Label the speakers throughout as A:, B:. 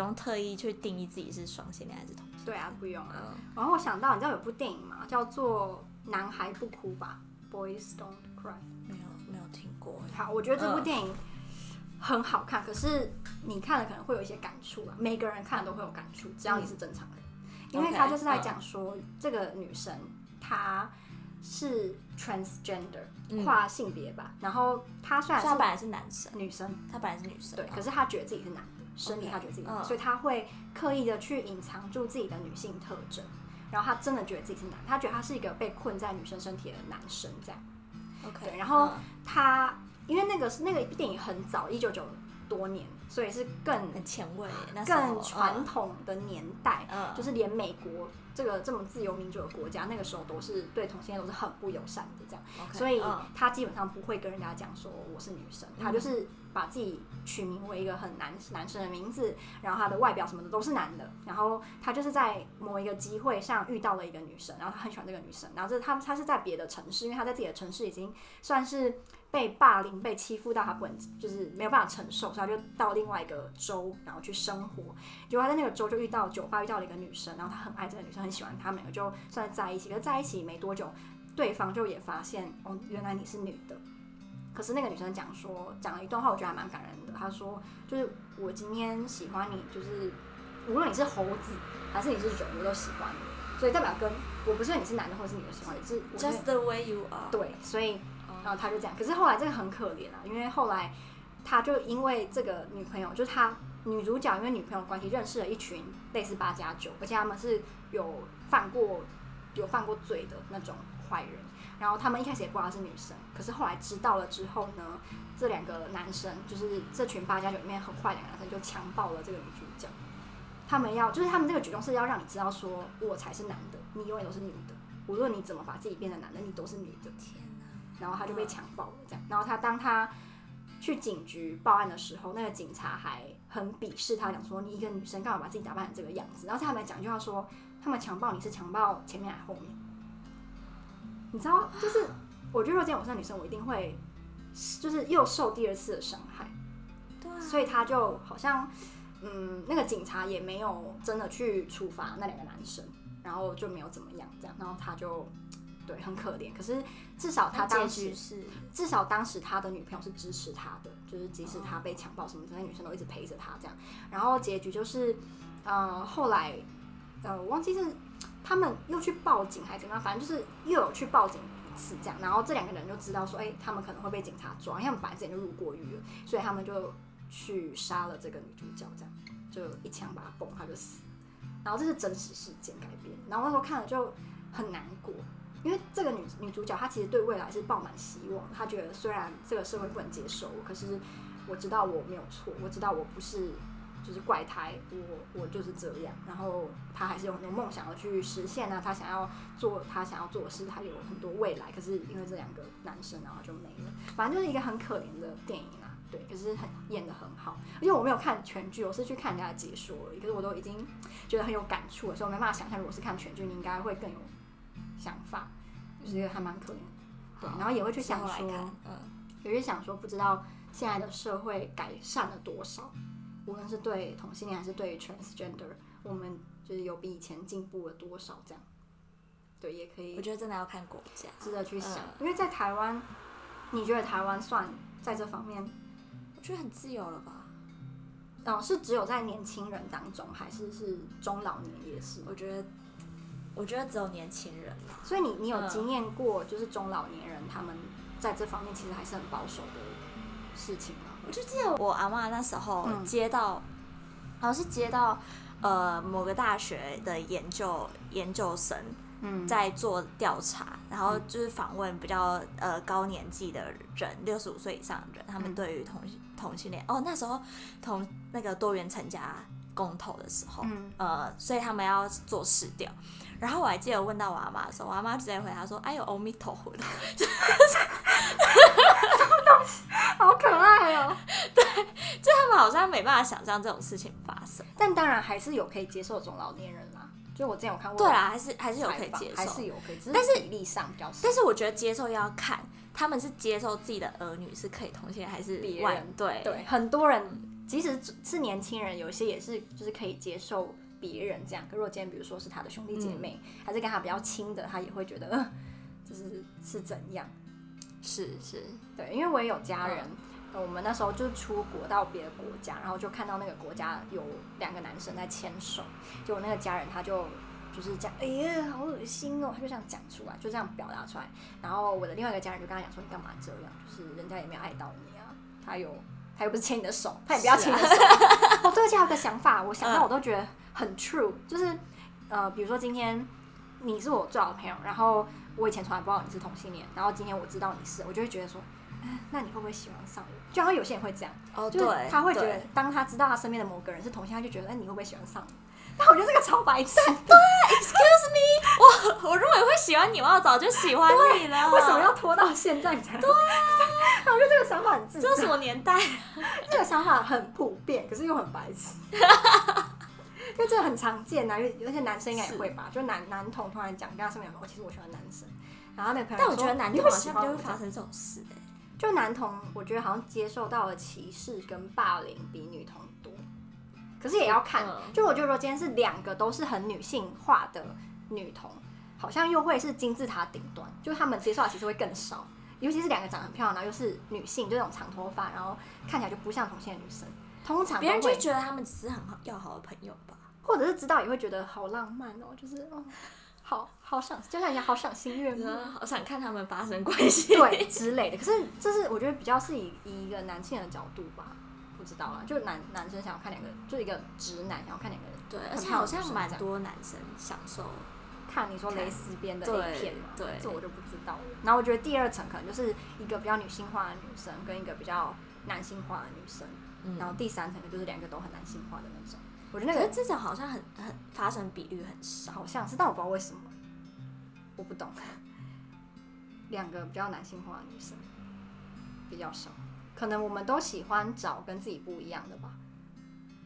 A: 用特意去定义自己是双性恋还是同性
B: 对啊，不用啊。
A: 恋。
B: 然后我想到，你知道有部电影吗？叫做《男孩不哭吧》（Boys Don't Cry）。
A: 没有没有听过。
B: 好，我觉得这部
A: 嗯
B: 电影很好看，可是你看了可能会有一些感触啊。每个人看了都会有感触，只要你是正常人，因为
A: 嗯 OK，嗯
B: 他就是在讲说这个女生她是 transgender
A: 嗯
B: 跨性别吧，然后她虽
A: 所以
B: 然
A: 他
B: 是
A: 本来是男生，
B: 女生，
A: 他本来是女生。
B: 对，
A: 嗯
B: 可是她觉得自己是男的，生理
A: OK，
B: 她觉得自己是男的
A: 嗯
B: 所以她会刻意的去隐藏住自己的女性特征，然后她真的觉得自己是男，她觉得她是一个被困在女生身体的男生这样。
A: OK，嗯
B: 对然后她因为那个是那个电影很早，一九九多年，所以是更
A: 嗯很前卫耶，那时候
B: 更传，统的年代。
A: 嗯，
B: 嗯就是连美国这个这么自由民主的国家，那个时候都是对同性恋都是很不友善的这样，
A: OK，
B: 所以
A: 嗯
B: 她基本上不会跟人家讲说我是女生，
A: 嗯
B: 她就是把自己取名为一个很男男生的名字，然后她的外表什么的都是男的，然后她就是在某一个机会上遇到了一个女生，然后她很喜欢这个女生，然后这她她是在别的城市，因为她在自己的城市已经算是被霸凌、被欺负到她不能就是没有办法承受，所以她就到另外一个州，然后去生活，结果她在那个州就遇到酒吧遇到了一个女生，然后她很爱这个女生，很喜欢她，们两个就算是在一起，可是在一起没多久，对方就也发现哦，原来你是女的。可是那个女生讲说，讲了一段话，我觉得还蛮感人的。她说，就是我今天喜欢你，就是无论你是猴子还是你是人，我都喜欢你。所以代表跟我不是你是男的或者是女的喜欢你，是我对
A: Just the way you are。
B: 对，所以
A: 嗯，
B: 然后他就这样。可是后来这个很可怜啊，因为后来他就因为这个女朋友，就是他女主角因为女朋友关系认识了一群类似八加九，而且他们是有犯过有犯过罪的那种坏人。然后他们一开始也不知道她是女生，可是后来知道了之后呢，这两个男生就是这群八加九里面很坏的男生就强暴了这个女主角。他们要就是他们这个举动是要让你知道说，我才是男的，你永远都是女的，无论你怎么把自己变成男的，你都是女的。
A: 天哪，
B: 然后他就被强暴了这样。然后他当他去警局报案的时候，那个警察还很鄙视他，讲说你一个女生干嘛把自己打扮成这个样子？然后他们还讲一句话说，他们强暴你是强暴前面还是后面？你知道，就是我觉得如果今天我是女生，我一定会就是又受第二次的伤害。
A: 对啊，
B: 所以他就好像，嗯，那个警察也没有真的去处罚那两个男生，然后就没有怎么样这样，然后他就对很可怜，可是至少他
A: 那
B: 当
A: 结
B: 时
A: 局是
B: 至少当时他的女朋友是支持他的，就是即使
A: 哦
B: 他被强暴什么之类，那女生都一直陪着他这样。然后结局就是，呃，后来呃，我忘记是他们又去报警还是怎么样，反正就是又有去报警一次这样。然后这两个人就知道说，哎、他们可能会被警察抓，因为他们本来之前就入过狱了，所以他们就去杀了这个女主角，这样就一枪把她崩，她就死了。然后这是真实事件改编，然后那时候看了就很难过，因为这个女女主角她其实对未来是抱满希望，她觉得虽然这个社会不能接受我，可是我知道我没有错，我知道我不是就是怪胎，我我就是这样。然后她还是有很多梦想要去实现啊，她想要做她想要做的事，她有很多未来。可是因为这两个男生，然后就没了。反正就是一个很可怜的电影啊，对，可是很演的很好。而且我没有看全剧，我是去看人家的解说而已。可是我都已经觉得很有感触了，所以我没办法想象，如果是看全剧，你应该会更有想法，就是一个还蛮可怜的。对，然后也会去想
A: 之后来
B: 说，
A: 看，嗯，
B: 有些想说，不知道现在的社会改善了多少，无论是对同性恋还是对于 transgender，我们就是有比以前进步了多少这样。对，也
A: 我
B: 可以
A: 觉得真的要看国家。
B: 值得去想，
A: 嗯
B: 因为在台湾，你觉得台湾算在这方面，
A: 我觉得很自由了吧？
B: 哦、是只有在年轻人当中，还是是中老年也是？
A: 我觉得，我觉得只有年轻人啦。
B: 所以你你有
A: 嗯
B: 经验过，就是中老年人他们在这方面其实还是很保守的事情吗？
A: 我就记得我阿嬷那时候
B: 嗯
A: 接到，好像是接到呃某个大学的研究研究生
B: 嗯
A: 在做调查，然后就是访问比较呃高年纪的人，六十五岁以上的人，他们
B: 嗯
A: 对于同性同性恋哦那时候同那个多元成家公投的时候，
B: 嗯
A: 呃，所以他们要做试调。然后我还记得问到我阿妈的时候，我阿妈直接回答说：“哎呦，阿弥陀佛。”
B: 好可爱哦、
A: 他们好像没办法想象这种事情发生。
B: 但当然还是有可以接受的中老年人啦，就我之前有看过，
A: 对啦，还是还是有可
B: 哦采
A: 以
B: 访，
A: 接
B: 啊还
A: 受
B: 是，有可以，只
A: 但
B: 是比例上比较少
A: 但。是我觉得接受要看他们是接受自己的儿女是可以同性恋还是
B: 别人
A: 外对
B: 对，很多人即使是年轻人，有些也是就是可以接受别人这样。可如果今天比如说是他的兄弟姐妹，还是跟他比较亲的，他也会觉得，呃、就是是怎样？
A: 是是，
B: 对，因为我也有家人，呃我们那时候就出国到别的国家，然后就看到那个国家有两个男生在牵手，就我那个家人他就就是讲，哎呀，好恶心哦，他就这样讲出来，就这样表达出来。然后我的另外一个家人就跟他讲说，你干嘛这样？就是人家也没有爱到你啊，他有他又不是牵你的手，他也不要牵你的手。我哦对，而且还有个想法，
A: 嗯
B: 我想到我都觉得很 true，就是呃，比如说今天你是我最好的朋友，然后我以前从来不知道你是同性恋，然后今天我知道你是，我就会觉得说，哎那你会不会喜欢上我？就好像有些人会这样，
A: 哦
B: 就是
A: 对，
B: 他会觉得
A: 对，
B: 当他知道他身边的某个人是同性，他就觉得，哎，你会不会喜欢上我？但我觉得这个超白痴，
A: 我如果也会喜欢你，我早就喜欢你了。
B: 为什么要？拖到现在才？对啊， 我觉得这个想法很智
A: 这是什
B: 障，
A: 么年代？
B: 这个想法很普遍，可是又很白痴。 因为这个很常见呐、啊，有有些男生应该也
A: 是
B: 会吧，就男男童突然讲，跟他身边人说，哦，其实我喜欢男生，然后那个朋友
A: 但我
B: 说
A: 觉得男
B: 你
A: 女
B: 会
A: 好
B: 喜
A: 像
B: 欢
A: 就
B: 我
A: 会
B: 这
A: 发
B: 样
A: 生这种事、欸。
B: 就男童，我觉得好像接受到的歧视跟霸凌比女童多，可是也要看。
A: 嗯
B: 就我觉得，如果今天是两个都是很女性化的女童，好像又会是金字塔顶端，就是他们接受的其实会更少。尤其是两个长得很漂亮，然后又是女性，就那种长头发，然后看起来就不像同性的女生，通常都
A: 别人就
B: 会
A: 觉得他们只是很好要好的朋友吧。
B: 或者是知道也会觉得好浪漫哦，就是哦，好好赏，就像人家好赏心悦目哦。
A: 好想看他们发生关 系。
B: 对之类的。可是这是我觉得比较是以以一个男性的角度吧，不知道啦，就男男生想要看两个，就一个直男想要看两个人，
A: 对，而
B: 很
A: 且
B: 怕
A: 好
B: 我们
A: 像
B: 是这
A: 蛮
B: 样
A: 多男生享受。
B: 看你说蕾丝边的 A 片嘛，
A: 对对
B: 这我就不知道了。然后我觉得第二层可能就是一个比较女性化的女生跟一个比较男性化的女生，
A: 嗯
B: 然后第三层就是两个都很男性化的那种。我觉得
A: 可
B: 那
A: 是
B: 个
A: 这种好像很很发生比率很少。
B: 好像是，但我不知道为什么，我不懂。 两个比较男性化的女生比较少，可能我们都喜欢找跟自己不一样的吧。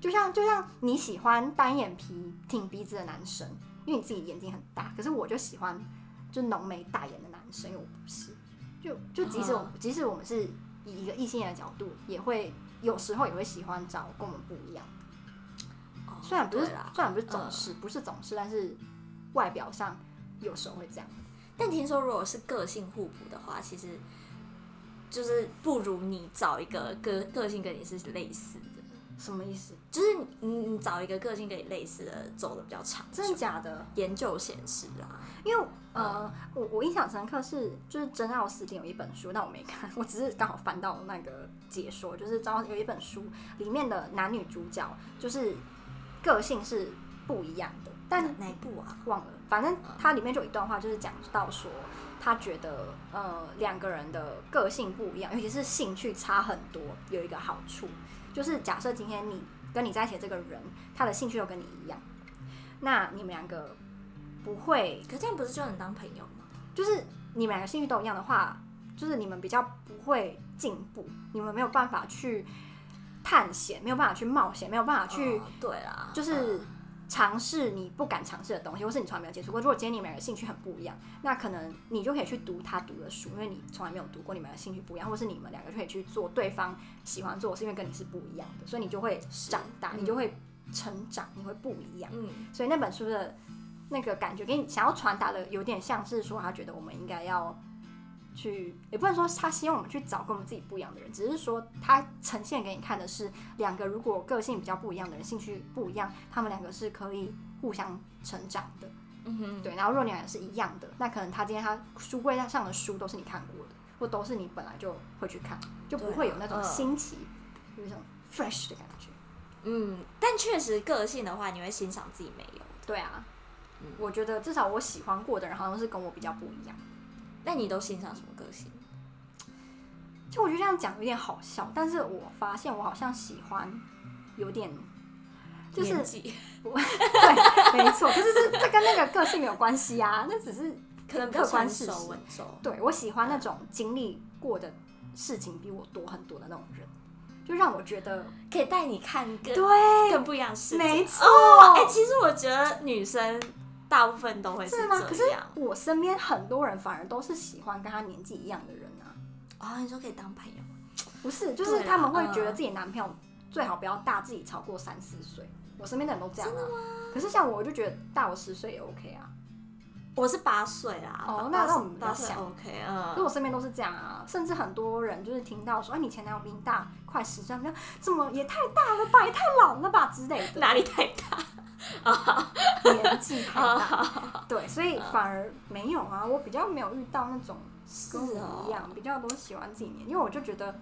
B: 就像就像你喜欢单眼皮、挺鼻子的男生，因为你自己眼睛很大，可是我就喜欢就浓眉大眼的男生，因为我不是。就就即使我、
A: 嗯
B: 即使我们是以一个异性的角度，也会有时候也会喜欢找跟我们不一样。
A: 哦
B: 虽然不是
A: 对啦，嗯
B: 虽然不是总是、不是总是，但是外表上有时候会这样。
A: 但听说如果是个性互补的话，其实就是不如你找一个个个性跟你是类似的，
B: 什么意思？
A: 就是你你找一个个性跟你类似的走的比较长久
B: 真。的假的？
A: 研究显示啊，
B: 因为呃，
A: 嗯
B: 我我印象深刻是就是《真奥斯汀》有一本书，但我没看，我只是刚好翻到那个解说，就是真奥有一本书里面的男女主角就是个性是不一样的，但
A: 哪一部啊？
B: 忘了，反正它里面就有一段话，就是讲到说，他觉得呃两个人的个性不一样，尤其是兴趣差很多，有一个好处，就是假设今天你跟你在一起的这个人，他的兴趣又跟你一样，那你们两个不会，
A: 可这样不是就能当朋友吗？
B: 就是你们两个兴趣都一样的话，就是你们比较不会进步，你们没有办法去探险，没有办法去冒险，没有办法去、
A: 哦对啦，
B: 就是
A: 嗯
B: 尝试你不敢尝试的东西，或是你从来没有接触过。如果今天你们两个兴趣很不一样，那可能你就可以去读他读的书，因为你从来没有读过，你们两个兴趣不一样，或是你们两个就可以去做对方喜欢做的事，因为跟你是不一样的，所以你就会
A: 是
B: 长大，
A: 嗯
B: 你就会成长，你会不一样。
A: 嗯，
B: 所以那本书的那个感觉，给你想要传达的，有点像是说，他觉得我们应该要去，也不能说他希望我们去找跟我们自己不一样的人，只是说他呈现给你看的是两个如果个性比较不一样的人，兴趣不一样，他们两个是可以互相成长的。
A: 嗯哼，
B: 对，然后若你俩是一样的，那可能他今天他书柜上的书都是你看过的，或都是你本来就会去看，就不
A: 对啊
B: 会有那种
A: 嗯
B: 新奇，有一种 fresh 的感觉。
A: 嗯，但确实个性的话，你会欣赏自己没有。
B: 对啊，
A: 嗯
B: 我觉得至少我喜欢过的人好像是跟我比较不一样。
A: 那你都欣赏什么个性？嗯
B: 就我觉得这样讲有点好笑，但是我发现我好像喜欢有点，就是
A: 年纪
B: 对，没错，可是这这跟那个个性没有关系啊，那只是
A: 可能比较
B: 客观
A: 成
B: 事
A: 熟
B: 实
A: 稳重。
B: 对我喜欢那种经历过的事情比我多很多的那种人，就让我觉得
A: 可以带你看更
B: 对，
A: 更不一样的世界。
B: 没错
A: 哦哎、其实我觉得女生大部分都会
B: 是吗？可是
A: 这样。
B: 我身边很多人反而都是喜欢跟他年纪一样的人啊，
A: 哦，你说可以当朋友，
B: 不是，
A: 对
B: 就是
A: 啦
B: 他们会觉得
A: 嗯
B: 自己男朋友最好不要大自己超过三四岁。
A: 嗯
B: 我身边的人都这样啊，可是像我，我就觉得大我十岁也 OK 啊。
A: 我是八岁啦，八
B: 哦那那
A: 八
B: 我们比较
A: 八岁
B: 像
A: OK，
B: 可是
A: 嗯，
B: 我身边都是这样啊，甚至很多人就是听到说，哎，你前男友比你大快十岁，他们就怎么也太大了吧，也太老了吧之类 的，
A: 哪里太大？
B: 年纪 太大，对，所
A: 嗯
B: 以反而没有啊，我比较没有遇到那种
A: 是
B: 跟我一
A: 哦，
B: 样，比较多喜欢自己年，因为我就觉得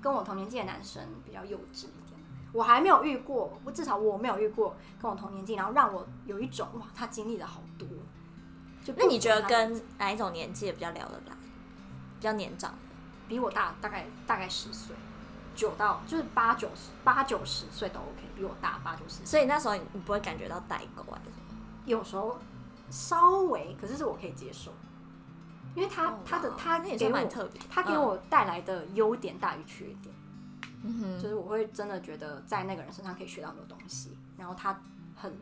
B: 跟我同年纪的男生比较幼稚一点。我还没有遇过，我至少我没有遇过跟我同年纪，然后让我有一种哇，他经历了好多。就不
A: 那你觉得
B: 管他
A: 跟哪一种年纪比较聊得来？比较年长的？
B: 比我大大概大概十岁，九到就是八九十八九十岁都 OK，比我大八九十岁。
A: 所以那时候你你不会感觉到代沟啊？
B: 有时候稍微，可是是我可以接受，因为他、
A: 哦
B: 他的
A: 哇
B: 他
A: 那也
B: 给
A: 算蛮
B: 我
A: 特别，
B: 他给
A: 嗯，
B: 我带来的优点大于缺点。
A: 嗯哼，
B: 就是我会真的觉得在那个人身上可以学到很多东西，然后他很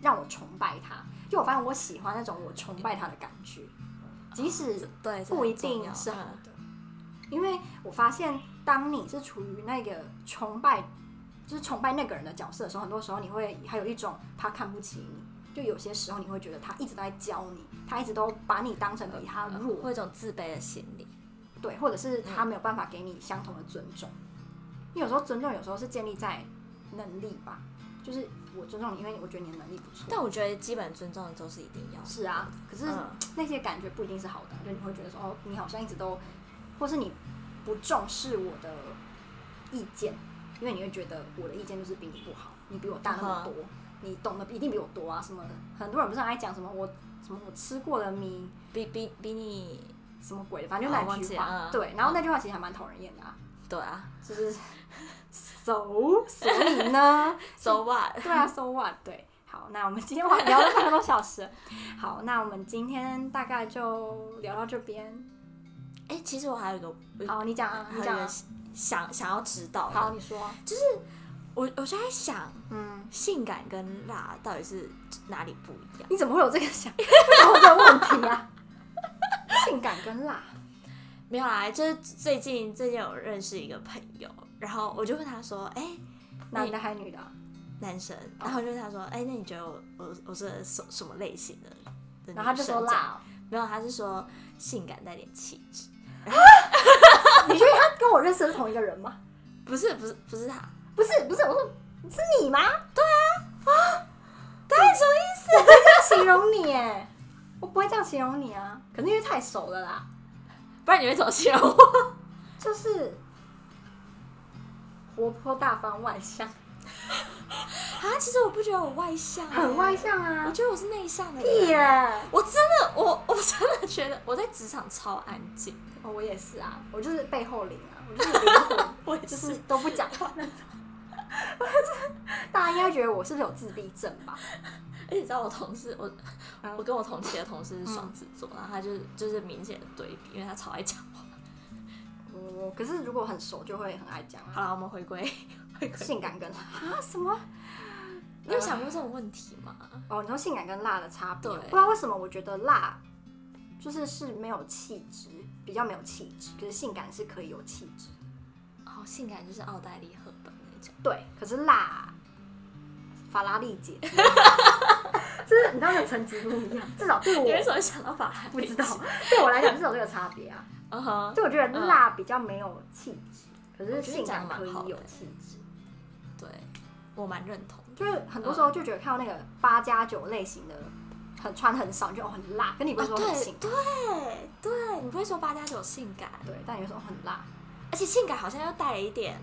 B: 让我崇拜他，就我发现我喜欢那种我崇拜他的感觉，即使
A: 对，这
B: 不一
A: 很重
B: 定
A: 要
B: 是好
A: 嗯
B: 的，因为我发现当你是处于那个崇拜，就是崇拜那个人的角色的时候，很多时候你会还有一种他看不起你。就有些时候，你会觉得他一直都在教你，他一直都把你当成比他弱，
A: 嗯会有一种自卑的心理。
B: 对，或者
A: 嗯
B: 是他没有办法给你相同的尊重。因为有时候尊重，有时候是建立在能力吧，就是我尊重你，因为我觉得你的能力不错。
A: 但我觉得基本尊重都是一定要。
B: 是啊，可是
A: 嗯，
B: 那些感觉不一定是好的，就你会觉得说，哦，你好像一直都，或是你不重视我的意见，因为你会觉得我的意见就是比你不好，你比我大那么多，
A: 嗯
B: 你懂得一定比我多啊什么的。很多人不是很爱讲什么我什么我吃过了米
A: 比比比你
B: 什么鬼的，反正就
A: 哦
B: 那
A: 忘
B: 句
A: 记
B: 话，
A: 了嗯
B: 对，然后那句话其实还蛮讨人厌的啊。
A: 对啊
B: 就是 so 所以呢，
A: ，so what？
B: 对啊，so what？对，好，那我们今天晚聊了半个多小时，好，那我们今天大概就聊到这边。
A: 哎、其实我还有一个，
B: 好，你讲啊，
A: 还
B: 你
A: 有一
B: 讲
A: 个
B: 啊，
A: 想想要知道的。
B: 好，你说，
A: 我我就在想，
B: 嗯，
A: 性感跟辣到底是哪里不一样？
B: 你怎么会有这个 想，为什么会有这个问题啊？性感跟辣，
A: 没有啦，就是最近最近有认识一个朋友，然后我就问他说，哎、
B: 男的还是女的啊？
A: 男生，
B: 哦
A: 然后我就问他说，哎、那你觉得我我我是什什么类型的？的
B: 然后他
A: 女
B: 就
A: 生
B: 说
A: 这样，
B: 辣
A: 没有，他是说性感带点气质，
B: 哦， 你确定他跟我认识的是同一个人吗？
A: 不是不是不是他，
B: 不是，不是，我说是你吗？啊
A: 他什么意思？
B: 这样形容你哎，我不会这样形容你啊，可能因为太熟了啦。
A: 不然你会怎么形容我？
B: 就是活泼大方、外向，
A: 啊，其实我不觉得我外向、欸
B: 很外，向
A: 我
B: 啊！
A: 觉得我是内向的
B: 屁
A: 人。
B: 耶、
A: 我真的，我 我真的觉得我在职场超安静，
B: 哦我也是啊，我就是背后灵啊，我就是灵 魂，
A: 我也
B: 就是都不讲话那种。大家应该觉得我是不是有自闭症吧？
A: 而且你知道我同事，我
B: 嗯
A: 我跟我同期的同事是双子座，然后他就是就是明显的对比，因为他超爱讲话。
B: 我嗯可是如果很熟，就会很爱讲
A: 好
B: 啊。
A: 了，我们回 归回归。
B: 性感跟辣啊什么？
A: 你有想过这种问题吗？
B: 哦，你说性感跟辣的差别，哦
A: 对
B: 不知道为什么我觉得辣就是是没有气质，比较没有气质，可是性感是可以有气质的。
A: 哦，性感就是奥黛丽·赫本那种。
B: 对，可是辣法拉利姐， 就是你知道那个层级不一样，至少对
A: 你为
B: 我
A: 什么会想到法拉利？
B: 不知道，对我来讲是有这个差别啊。
A: 嗯哼，
B: 就我觉得辣比较没有气质，可是
A: 我觉得
B: 性
A: 你讲
B: 感
A: 得
B: 可以
A: 蛮好的欸
B: 有气质。
A: 对，我蛮认同的。
B: 就是很多时候就觉得看到那个八加九类型的，很穿很少，你就哦很辣，跟你不
A: 啊
B: 会说很性
A: 对
B: 感，
A: 对对，你不会说八加九性感，
B: 对，但你会说哦很辣。
A: 而且性感好像又带了一点，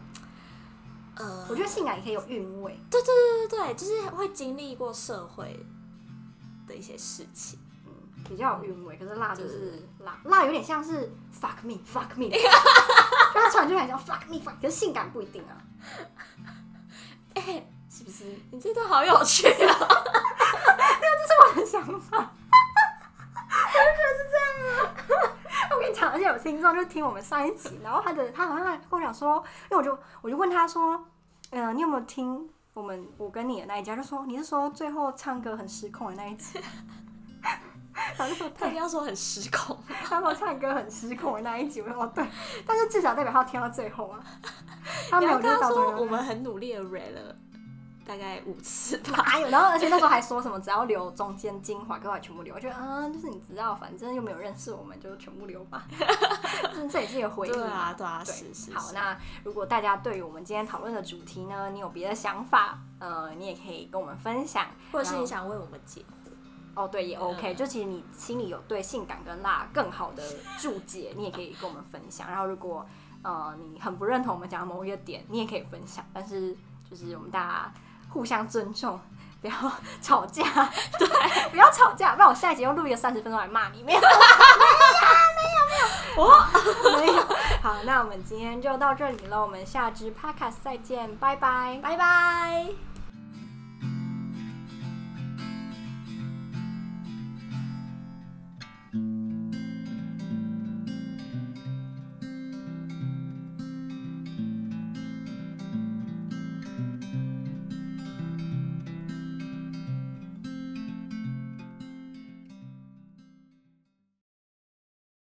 A: 呃，
B: 我觉得性感也可以有韵味，
A: 对对对对对，就是会经历过社会的一些事情。
B: 嗯，比较有韵味。可是辣就
A: 对
B: 是
A: 对
B: 辣，辣有点像是 fuck me fuck me，就他突然就很像 fuck me fuck，可是性感不一定啊。
A: 哎、
B: 是不是？这
A: 你这段好有趣啊！
B: 是我的想法。我就觉得是这样啊！我跟你讲，而且有听众就听我们上一集，然后他的他好像还跟我讲说，因为我就我就问他说，嗯、你有没有听我们我跟你的那一集？他就说你是说最后唱歌很失控的那一集？ 然后就说
A: 他一
B: 对，
A: 定要说很失控，
B: 他说唱歌很失控的那一集。我说哦对，但是至少代表他有听到最后啊。他
A: 你
B: 没
A: 要
B: 有
A: 跟
B: 就是
A: 他
B: 到最
A: 说
B: 后
A: 我们很努力的 re 了大概五次吧。
B: 哪有？然后而且那时候还说什么只要留中间精华，各位全部留。我觉得嗯，就是你知道，反正又没有认识我们，就全部留 吧。就是这也是一个回忆
A: 对
B: 嘛。
A: 啊，对啊，
B: 对
A: 是是。
B: 好，
A: 是
B: 那如果大家对于我们今天讨论的主题呢，你有别的想法，呃，你也可以跟我们分享。
A: 或者是
B: 然
A: 你
B: 后
A: 想为我们解惑，
B: 哦，对，也 OK、
A: 嗯
B: 就其实你心里有对性感跟辣更好的注解，你也可以跟我们分享。然后如果呃你很不认同我们讲的某一个点，你也可以分享。但是就是我们大家互相尊重，不要 吵架，对，不要吵架，不然我下一集又录一个三十分钟来骂你，没有，
A: 哦
B: 没有。 好，那我们今天就到这里了，我们下支 Podcast 再见，拜拜。
A: 拜拜。